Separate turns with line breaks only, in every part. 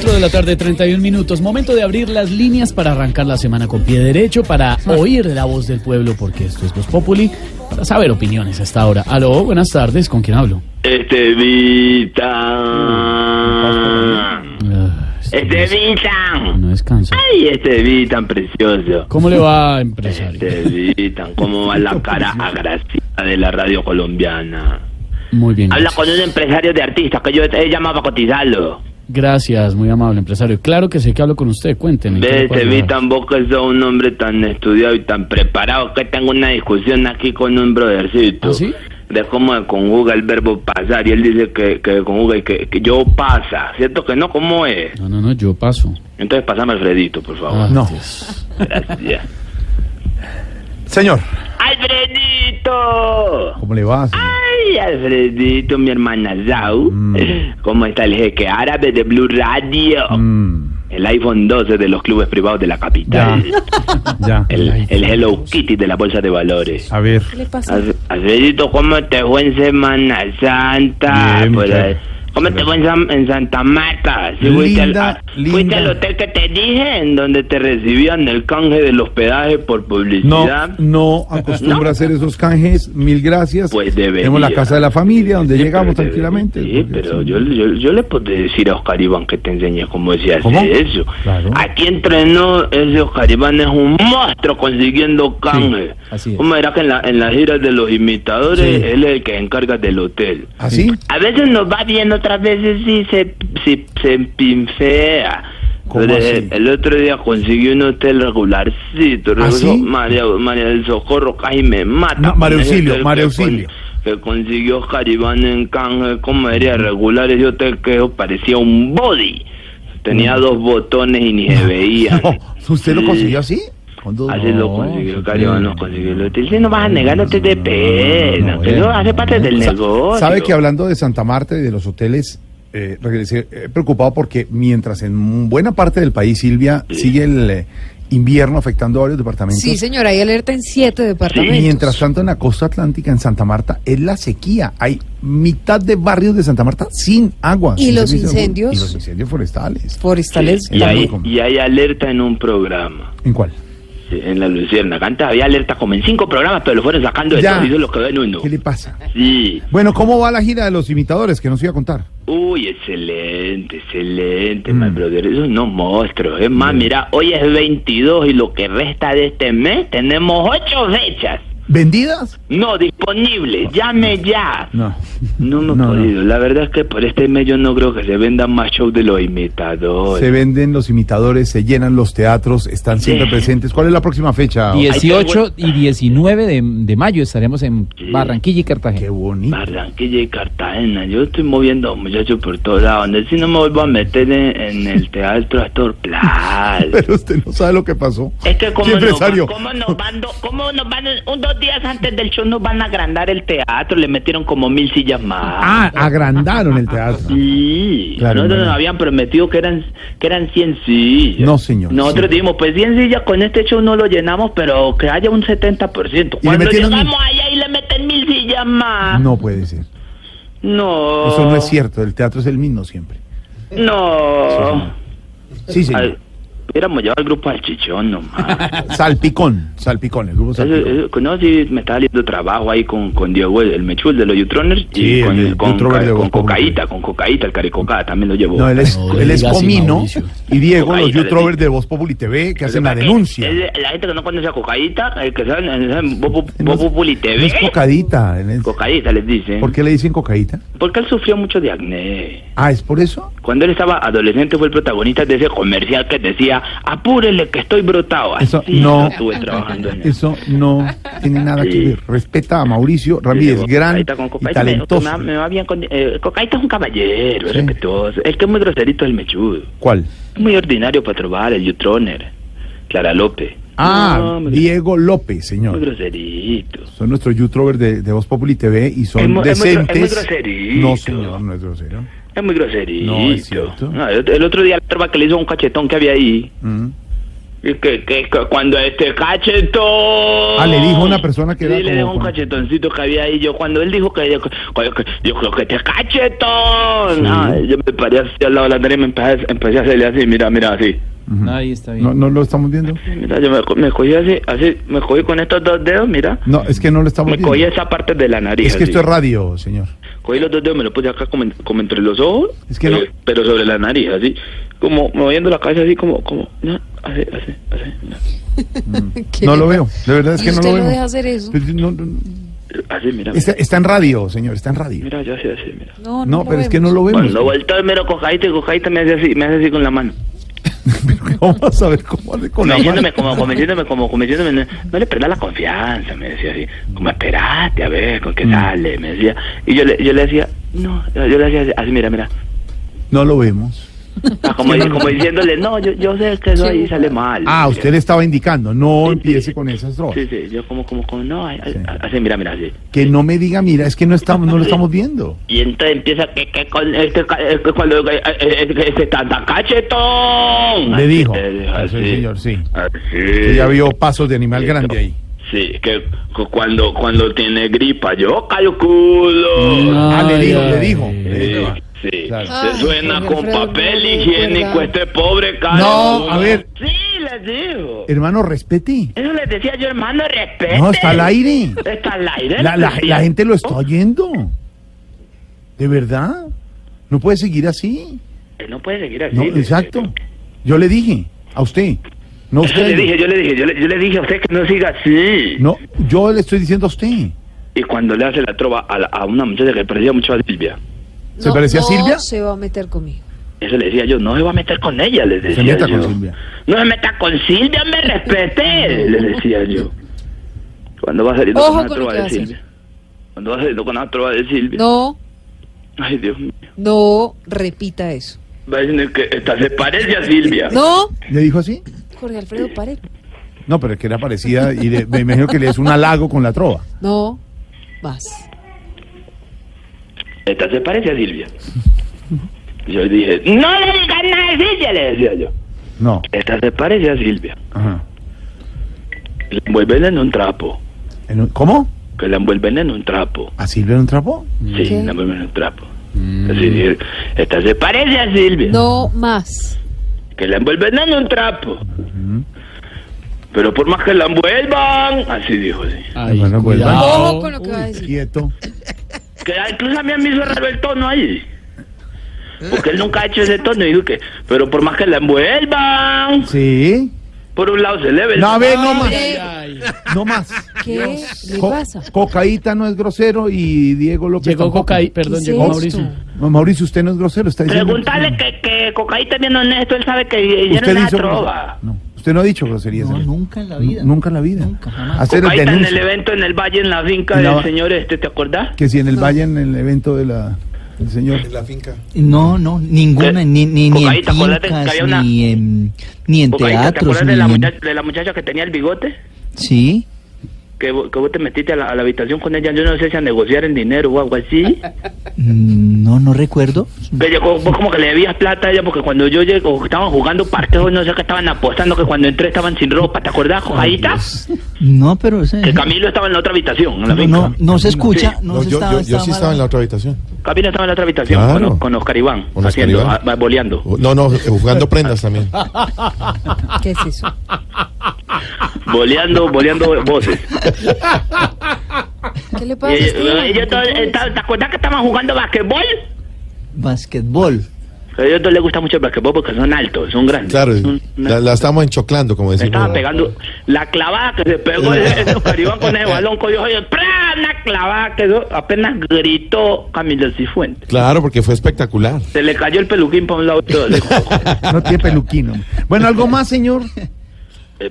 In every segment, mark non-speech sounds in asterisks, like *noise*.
4 de la tarde, 31 minutos. Momento de abrir las líneas para arrancar la semana con pie derecho, para oír la voz del pueblo, porque esto es Voz Populi, para saber opiniones hasta ahora. Aló, buenas tardes, ¿con quién hablo?
Este Estevita.
Ah, este no es-
Estevita.
No descansa.
Ay, Estevita, precioso.
¿Cómo le va, empresario?
Este, Estevita, ¿cómo va la cara agraciada de la radio colombiana?
Muy bien.
Habla
Gracias.
con un empresario de artistas que yo he llamado para cotizarlo.
Gracias, muy amable empresario. Claro que sé que hablo con usted, cuénteme. ¿qué
Ve,
le puedo ayudar?
Estevita, vos que sos un hombre tan estudiado y tan preparado que tengo una discusión aquí con un brothercito.
¿Ah, sí?
De cómo se conjuga el verbo pasar y él dice que, que conjuga y que, que yo pasa, ¿cierto que no? ¿Cómo es?
No, no, no, yo paso.
Entonces pasame Alfredito, por favor.
no. Ah.
Gracias.
Señor,
¡Alfredito!
¿cómo le va? señor?
¡Ay, Alfredito, mi hermana Zau! ¿Cómo está el jeque árabe de Blue Radio?
Mm,
El iPhone 12 de los clubes privados de la capital.
ya.
El, el Hello Kitty de la bolsa de valores.
A ver,
Al- Alfredito, ¿cómo te fue en Semana Santa?
Bien,
Por
muchas
ahí. ¿Cómo te fue en, San- en Santa Marta? ¿Sí
Linda,
a- ¿Fuiste
linda.
al hotel que te dije en donde te recibían el canje del hospedaje por
no,
publicidad?
no
*laughs*
acostumbra a hacer esos canjes. Mil gracias.
Pues debería.
Tenemos la casa de la familia donde
Sí,
llegamos
pero-
tranquilamente.
Sí,
porque
pero
sí.
yo, yo, yo le puedo decir a Oscar Iván que te enseñe cómo se hace
¿Cómo?
eso.
Claro.
Aquí entrenó ese Oscar Iván es un monstruo consiguiendo canje.
así es.
¿Cómo era que en, la, en las giras de los imitadores
Sí. Ah,
él es el que se encarga del hotel?
¿Así?
A veces nos va bien, otras veces sí se, sí se pinfea.
¿Cómo
Pero,
así?
eh, El otro día conseguí un hotel regularcito.
¿Ah, sí?
María, María del Socorro casi me mata.
No, María
Con ese
Auxilio,
hotel
María
que con-
Auxilio.
que consiguió Caribán en canje, como era regular ese hotel que eso parecía un body. Tenía dos botones y ni se veía.
*laughs* No, ¿Usted lo consiguió así? Con dos-
Así lo
no,
consiguió,
sí,
Caribán lo
sí.
consiguió. el hotel. Si no vas a negar, no te dé
No, no,
pena.
no,
que
bueno,
eso hace parte
no.
del
Sa-
negocio.
Sabe que hablando de Santa Marta y de los hoteles, eh, regresé eh, preocupado porque mientras en buena parte del país, Silvia, sigue el eh, invierno afectando a varios departamentos.
Sí, señora, hay alerta en siete departamentos.
Mientras tanto, en la costa atlántica, en Santa Marta, es la sequía. Hay mitad de barrios de Santa Marta sin agua.
¿Y
sin
los
servicio de agua.
incendios?
Y los incendios forestales.
Forestales.
Y
Está
hay,
muy común.
y hay alerta en un programa.
¿En cuál?
sí, En la Lucierna. Antes había alerta como en cinco programas, pero lo fueron sacando de
Ya.
todos y eso lo quedó en uno.
¿Qué le pasa?
Sí.
Bueno, ¿cómo va la gira de los imitadores? Que nos iba a contar.
Uy, excelente, excelente,
Mm.
my brother. Eso es unos monstruos. Es más, mira, hoy es 22 y lo que resta de este mes tenemos ocho fechas.
¿Vendidas?
No disponibles. Llame ya.
No.
No me he
No, no.
podido. La verdad es que por este mes yo no creo que se vendan más shows de los imitadores.
Se venden los imitadores, se llenan los teatros, están siempre
Sí.
presentes. ¿Cuál es la próxima
Ah,
fecha?
18 y 19 de, de mayo estaremos en
Sí.
Barranquilla y Cartagena.
Qué bonito.
Barranquilla y Cartagena. Yo estoy moviendo a los muchachos por todos lados. Donde si no me vuelvo a meter en, en
*laughs*
el teatro Astor Plaza.
*laughs* Pero usted no sabe lo que pasó.
Es que
Sí,
como nos,
empresario.
van- como nos van, do- como nos van un, dos días antes del show nos van a agrandar el teatro, le metieron como mil sillas más.
Ah, agrandaron el teatro.
Sí,
Claro,
nosotros
no, no.
nos habían prometido que eran que eran 100 sillas.
No, señor,
Nosotros
sí.
dijimos, pues 100 sillas con este show no lo llenamos, pero que haya un 70%.
Y le
Cuando
metieron mil.
llegamos allá y le meten mil sillas más.
No puede ser.
No.
Eso no es cierto. El teatro es el mismo siempre.
No.
Sí, señor.
Al- Hubiéramos llevado al grupo al chichón
*laughs*
nomás.
Salpicón. Salpicón. El grupo
Eso-
Salpicón.
eso- no, sí, me estaba saliendo trabajo ahí con, con Diego, el, el mechul de los Utroners
Sí,
y con,
el de
con,
Youtrover
ca-
de
con
Boca
cocaíta, con cocaíta, el caricocada también lo llevó.
No, él es,
No,
él es
diga así,
Comino
Mauricio.
y Diego, los
Cocaína,
youtubers
le
de Voz Populi TV, que hacen la
Porque
denuncia.
él- la gente que no conoce a cocaíta, el que sabe, en
No es-
Populi TV.
no es cocadita. él es-
Cocaíta les dicen.
¿Por qué le dicen cocadita?
Porque él sufrió mucho de acné.
Ah, ¿es por eso?
Cuando él estaba adolescente fue el protagonista de ese comercial que decía era, apúrele que estoy brotado. Así
Eso no-
estuve trabajando
*laughs*
en eso.
Eso no tiene nada que
Sí.
ver. Respeta a Mauricio Ramírez, gran
Cocaíta con
y
Cocaíta me-
talentoso.
Me, va bien con... eh, Cocaíta es un caballero, es
Sí.
respetuoso. El que es muy groserito es el mechudo.
¿Cuál?
Es muy ordinario para trobar, el Yutroner, Clara López.
Ah,
No, muy
Diego López,
muy
señor.
groserito.
Son nuestros youtubers de, de Voz Populi TV y
Es
son
mu- es muy gro- es muy
decentes.
groserito.
no, señor, no es grosero.
Es muy groserito.
No, es cierto.
No, el, el otro día la tropa que le hizo un cachetón que había ahí.
Mm.
y Que, que- que cuando este cachetón.
Ah, le dijo una persona que
Sí,
era
le
como
dijo un
con-
cachetoncito que había ahí. Yo cuando él dijo que. Yo, que- yo creo que este cachetón.
Sí.
Ah, yo me paré así al lado de la andrea y me empecé, empecé a hacerle así. Mira, mira, así.
Ujú.
Ahí está bien.
No, no lo estamos viendo.
Mira, yo me, co- me cogí así, así. Me cogí con estos dos dedos, mira.
No, es que no lo estamos
Me
viendo.
cogí esa parte de la nariz.
Es que esto es
así.
radio, señor.
Cogí los dos dedos, me los puse acá como, en- como entre los ojos,
Es que no-
eh, pero sobre la nariz, así, como moviendo la cabeza así como, como, no, así, así, así, no,
*laughs* ¿Qué
Mm. No
le
lo
pasa?
veo. De verdad es
¿Y
que no
usted
lo
no
veo.
deja hacer eso?
Pero no- no-
así, mira,
está, está en radio, señor, está en radio.
mira, yo así, así, mira.
No,
No,
lo
pero es
vemos.
que no lo vemos.
Cuando
*laughs*
vuelto mero cojadita y cojadita me hace así, me hace así con la mano,
Vamos a ver cómo hace con la mano.
convenciéndome como,
*laughs*
convenciéndome como, convenciéndome, no, no le perdas la confianza, me decía así, como esperate a ver con qué
Mm.
sale, me decía, y yo le, yo le decía, no, yo le decía así, así, mira, mira,
No lo vemos.
Ah, como,
*laughs*
como diciéndole, no, yo, yo sé que eso ahí sale mal.
Ah,
me
usted
decía.
le estaba indicando, no
Sí,
empiece
sí.
con esas drogas.
Sí, sí, yo como, como, como, no, ay, ay,
Sí.
así, mira, mira, así.
Que no me diga, mira, es que no estamos, no lo estamos viendo.
Y entonces empieza que, que con este, ca- eh, que cuando eh, eh, eh, este tanta cachetón.
Le
Así,
dijo.
le dijo,
Ah, sí,
así.
señor, sí.
Así.
Ella vio pasos de animal grande ahí.
Sí, que cu- cuando cuando tiene gripa, yo callo culo.
Ah, le dijo,
Ay,
le
ay,
dijo.
ay.
le
Sí,
dijo.
sí.
Claro.
Se
Ay,
suena
señor
con
Fredo,
papel
no pues, me
higiénico
acuerdo.
este pobre callo.
No, a ver.
Sí, les digo.
Hermano, respete.
Eso les decía yo, hermano, respete.
No, está al aire.
Está al aire.
La, la- la gente lo está
Oh,
oyendo. ¿De verdad? No puede seguir así.
No puede seguir así.
No,
le-
exacto. Yo le dije a usted. No a
Eso le
usted.
dije, yo le dije, yo le, yo le dije a usted que no siga así.
No, yo le estoy diciendo a usted.
Y cuando le hace la trova a, la- a una muchacha que parecía mucho a Silvia,
¿Se
No,
parecía a
no
Silvia?
se va a meter conmigo.
eso le decía yo, no se va a meter con ella, le decía
meta
yo.
con Silvia.
No se meta con Silvia, me
*laughs*
respete, le decía yo. Cuando va saliendo
Ojo
con una
con lo
trova
que
de
va a hacer.
Silvia. Cuando va saliendo con una trova de Silvia.
No,
Ay, Dios mío.
no repita eso.
Va diciendo que esta se parece a Silvia.
No,
¿Le dijo así?
Jorge Alfredo, pare.
No, pero es que era parecida y le- me imagino que le es un halago con la trova.
No, más.
Esta se parece a Silvia. Yo le dije, no le digas nada a Silvia, le decía yo.
No.
Esta se parece a Silvia.
Ajá.
La envuelven en un trapo.
En un- ¿Cómo?
Que la envuelven en un trapo.
¿A Silvia en un trapo?
Sí,
Ok.
la envuelven en un trapo.
Mm.
Así, eh, esta se parece a Silvia.
No más.
Que la envuelven en un trapo. Pero por más que la envuelvan, así dijo. sí.
Ay,
Bueno, pues,
cuidado.
Ojo con lo que va a decir.
Quieto.
Que incluso a mí me hizo raro el tono ahí. Porque él nunca ha hecho ese tono. Y dijo que, pero por más que la envuelvan,
Sí.
por un lado se le ve el-
No, a ver, no más.
Hombre,
Ay,
No más.
¿Qué le
Co-
pasa?
Cocaíta no es grosero y Diego López.
Llegó
tampoco.
Cocaí, perdón,
¿Qué
llegó
es
Mauricio.
esto?
No, Mauricio, usted no es grosero. Está diciendo.
Preguntarle que, que Cocaí también no es honesto, él sabe que hicieron
Usted
una
hizo
trova.
No, usted no ha dicho groserías. señor.
nunca en la
Nu- Nunca en la vida.
Nunca, jamás.
Hacer el
Cocaí está en el
denuncio.
evento en el valle, en la finca
En la-
del señor este, ¿te acordás?
Que si en el valle, en el evento de la, del señor.
No, no, ninguna,
Eh,
ni, ni, ni en
Cocaíta, acuérdate que
fincas,
había una-
ni en, ni en
Cocaíta, ¿Te
teatros,
acuerdas
ni
de la,
en-
muchacha, de la muchacha que tenía el bigote?
Sí,
Que, vo- que vos te metiste a la, a la habitación con ella, yo no sé si a negociar el dinero o algo
*laughs*
así.
mm, no, no recuerdo.
Que yo- vos como que le debías plata a ella porque cuando yo llegué, o estaban jugando partidos, no sé qué estaban apostando, que cuando entré estaban sin ropa, ¿te acordás, Cocaíta?
No, pero ese-
que Camilo estaba en la otra habitación, en la
no,
finca.
no, no se escucha.
Sí.
No, se estaba, estaba mal-
otra habitación.
Camilo estaba en la otra habitación
Claro.
con, o- con Oscar Iván,
Con Oscar
haciendo,
Iván.
a- a- boleando.
No, no, eh, jugando
*laughs*
prendas también.
¿Qué es eso?
Boleando, boleando voces.
¿Qué le
Y
pasa?
Eh,
este
ella-
Esteban?
ella estaba- estaba- ¿Te acuerdas que estaban jugando basquetbol?
Basquetbol.
Pero a ellos dos les gusta mucho el basquetbol porque son altos, son grandes.
Claro,
Son una-
la, la estamos enchoclando, como
me
decimos.
Mm, estaba pegando la clavada que se pegó ese ese Caribán con ese balón cogió oye, ¡pra! una clavada que eso apenas gritó Camilo Cifuentes.
Claro, porque fue espectacular.
Se le cayó el peluquín para un lado y todo.
No tiene peluquino. Bueno, ¿algo más, señor?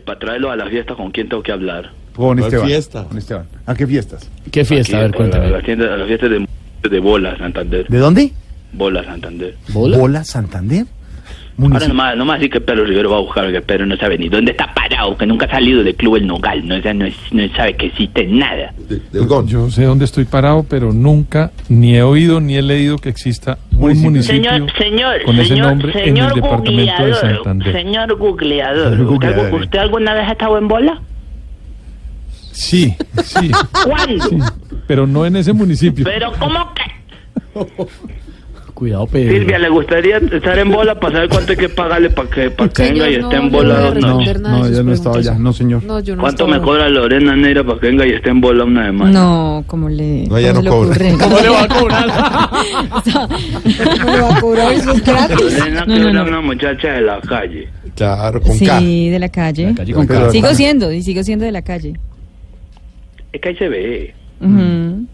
para eh, traerlo a la fiesta, ¿con quién tengo que hablar?
Con
¿Cuál
Esteban.
fiesta?
Con Esteban. ¿A qué fiestas?
¿Qué fiesta? A ver,
Aquí, A la
cuéntame.
fiesta, a la fiesta de, de Bola, Santander.
¿De dónde?
Bola, Santander.
¿Bola?
Santander.
Ahora
Municipio.
nomás, nomás así que Pedro Rivero va a buscar, que Pedro no sabe ni dónde está parado, que nunca ha salido del club El Nogal, no, o sea, no, es- no sabe que existe nada.
De- del Gon.
Yo sé dónde estoy parado, pero nunca ni he oído ni he leído que exista un
Municipio.
municipio
Señor, señor,
con ese
señor,
nombre en
señor
el departamento de
googleador,
Santander.
Señor googleador,
Señor
¿usted,
googleador, eh.
usted alguna vez ha estado en bola?
Sí, sí,
¿Cuándo?
pero no en ese municipio.
Pero ¿cómo que?
Cuidado, Pedro.
Silvia, ¿le gustaría estar en bola para saber cuánto hay que pagarle para que, para que venga y
Señor,
esté
no,
en
yo
bola
voy a
dos
No,
noches?
responder nada
no,
de
ya
sus
no estaba
preguntas.
allá. No, señor.
No, yo no
¿Cuánto
estaba.
me cobra Lorena Neira para que venga y esté en bola una demanda?
No, como le.
No, ya
cómo
no
se le
cobra.
ocurre.
¿Cómo le va a cobrar?
*laughs* ¿Cómo le va a cobrar? Eso es gratis.
Lorena que
No, no,
era
no.
una muchacha de la calle.
Claro,
*laughs*
con K.
Sí, de la calle.
Calle con
Pero-
cara.
Sigo siendo, y sigo siendo de la calle.
Es que ahí se ve.
Ujú.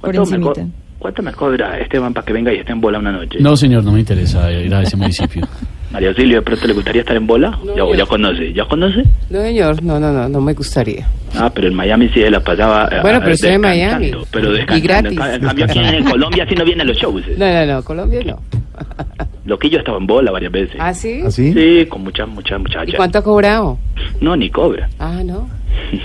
Por
¿Cuánto me, co-
encimita.
¿Cuánto me cobra Esteban para que venga y esté en bola una noche?
No, señor, no me interesa ir a ese municipio.
María Auxilio, ¿de pronto le gustaría estar en bola? ya, ya conoce, ¿ya conoce?
No, señor, no, no, no, no me gustaría.
Ah, pero en Miami sí se la pasaba. eh,
Bueno, pero estoy en
descansando,
Miami.
Pero
Y
descansando.
gratis.
En cambio, aquí en Colombia sí no vienen los shows. eh.
No, no, no, Colombia no.
Loquillo estaba en bola varias veces.
¿Ah, sí?
¿Así?
Sí, con muchas, muchas
¿Y
muchachas.
cuánto ha cobrado?
No, ni cobra. *laughs*
Ah, no.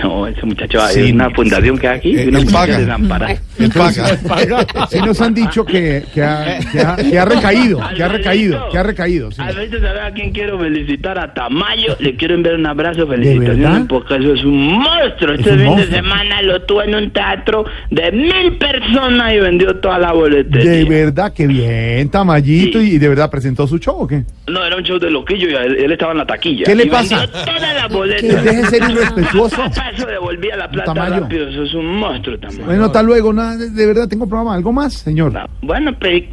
No, ese muchacho
Sí,
es una
no.
fundación que hay aquí.
Eh,
una
él
muchacha
paga.
desamparada.
Él paga.
Sí nos han dicho que, que, ha, que ha- que ha recaído, *laughs* que ha recaído, que ha recaído. sí.
A veces ¿sabes a quién quiero felicitar a Tamayo, le quiero enviar un abrazo,
verdad?
felicitaciones, porque eso es un monstruo.
Es
Este fin
un
de
monstruo.
semana lo tuvo en un teatro de mil personas y vendió toda la
De
boletería.
verdad, que bien, Tamayito,
Sí.
y de verdad presentó su show, ¿o qué?
no, era un show de loquillo y él, él estaba en la taquilla.
¿Qué le
Y vendió
pasa?
Toda la
Que
boleta.
deje ser irrespetuoso.
A paso devolvía la plata
Tamayo.
rápido, eso es un monstruo, Tamayo.
Bueno, hasta luego, nada, de- de verdad tengo programa, ¿algo más, señor?
No, Bueno, pero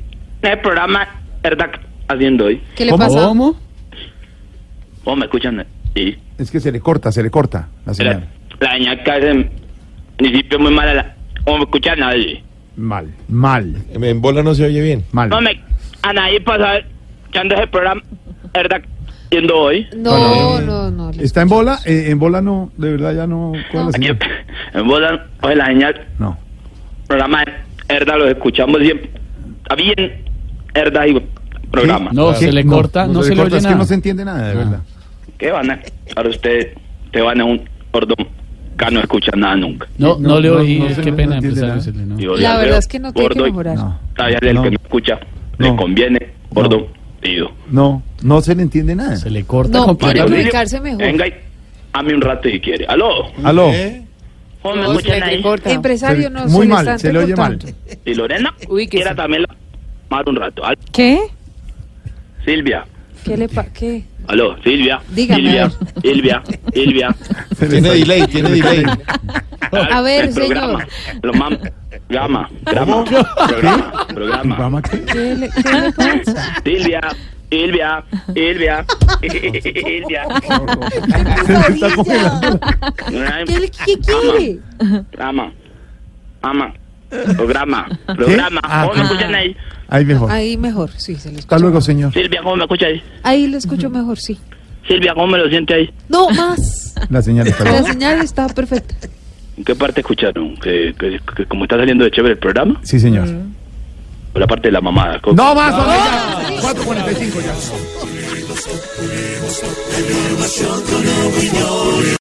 el programa, ¿verdad? que Haciendo hoy.
¿Qué le pasa?
¿Cómo?
¿Cómo me escuchan? Sí.
Es que se le corta, se le corta la
La,
señal.
la ñaca es en principio muy mala. La, no me escucha a nadie.
Mal, mal,
En bola no se oye bien.
mal.
No me a nadie pasa echando ese programa, ¿verdad? que Haciendo hoy.
No, no, no. le-
Está en bola, eh, en bola no, de verdad ya no. ¿cuál es la
Aquí
señal?
en bola, oye, la señal,
No.
programa, ¿verdad? Los escuchamos siempre. Está bien, ¿verdad? Y programa.
No,
¿Qué?
se le corta, no, se, le
corta,
oye
es que
nada.
no se entiende nada, de
Ah.
verdad.
¿Qué van a? Ahora usted te van a un cordón que no escucha nada nunca.
No, no,
No,
le
no,
oí,
no
eh,
se-
qué
no
pena
entiende
empresario,
nada.
se le- no.
Digo,
La
ya
verdad
veo,
es que no que hay que
gordo y-
mejorar.
No,
Todavía el
no,
que me escucha
No.
le conviene, gordo, tío.
no, no se le entiende nada.
Se le corta,
No,
compadre.
tiene que
Aurelio,
ubicarse mejor.
Venga, y ame un rato si quiere. ¿Aló?
Aló.
¿Eh?
¿Cómo me
No,
escuchan
se le
ahí?
corta.
Empresario,
Se-
no
muy
se
mal,
le están
se le oye
recortando.
mal.
Y Lorena,
Ubíquese.
quiera también la- amar un rato. Al-
¿Qué?
Silvia.
¿Qué le pasa? ¿Qué?
¿Aló? Silvia.
Dígame, a
Silvia.
ver.
Silvia. Silvia.
*laughs*
Se le
Tiene
está-
delay, tiene delay.
A ver,
El *laughs* programa,
señor.
Lo mam... Gama. Grama.
*laughs*
Programa. Programa.
Programa que-
¿Qué le, qué
*laughs*
le pasa?
Silvia. Silvia.
*laughs*
Silvia. Silvia.
se le está congelando.
¿Qué, le- qué quiere?
Ama. Ama. Programa. Programa.
Ah,
¿Cómo me
ah.
escuchan ahí?
Ahí mejor.
Ahí mejor, sí, se le escucha.
Hasta luego, señor.
Silvia, ¿cómo me escucha ahí?
Ahí lo escucho mejor, sí.
Silvia, ¿cómo me lo siente ahí?
No más.
La señal está
La
bien.
señal está perfecta.
¿En qué parte escucharon? ¿Que, que, que como está saliendo de chévere el programa?
Sí, señor.
¿O la parte de la mamada? ¿Cómo-
Mm. No más, hombre, ya. 4.45 ya.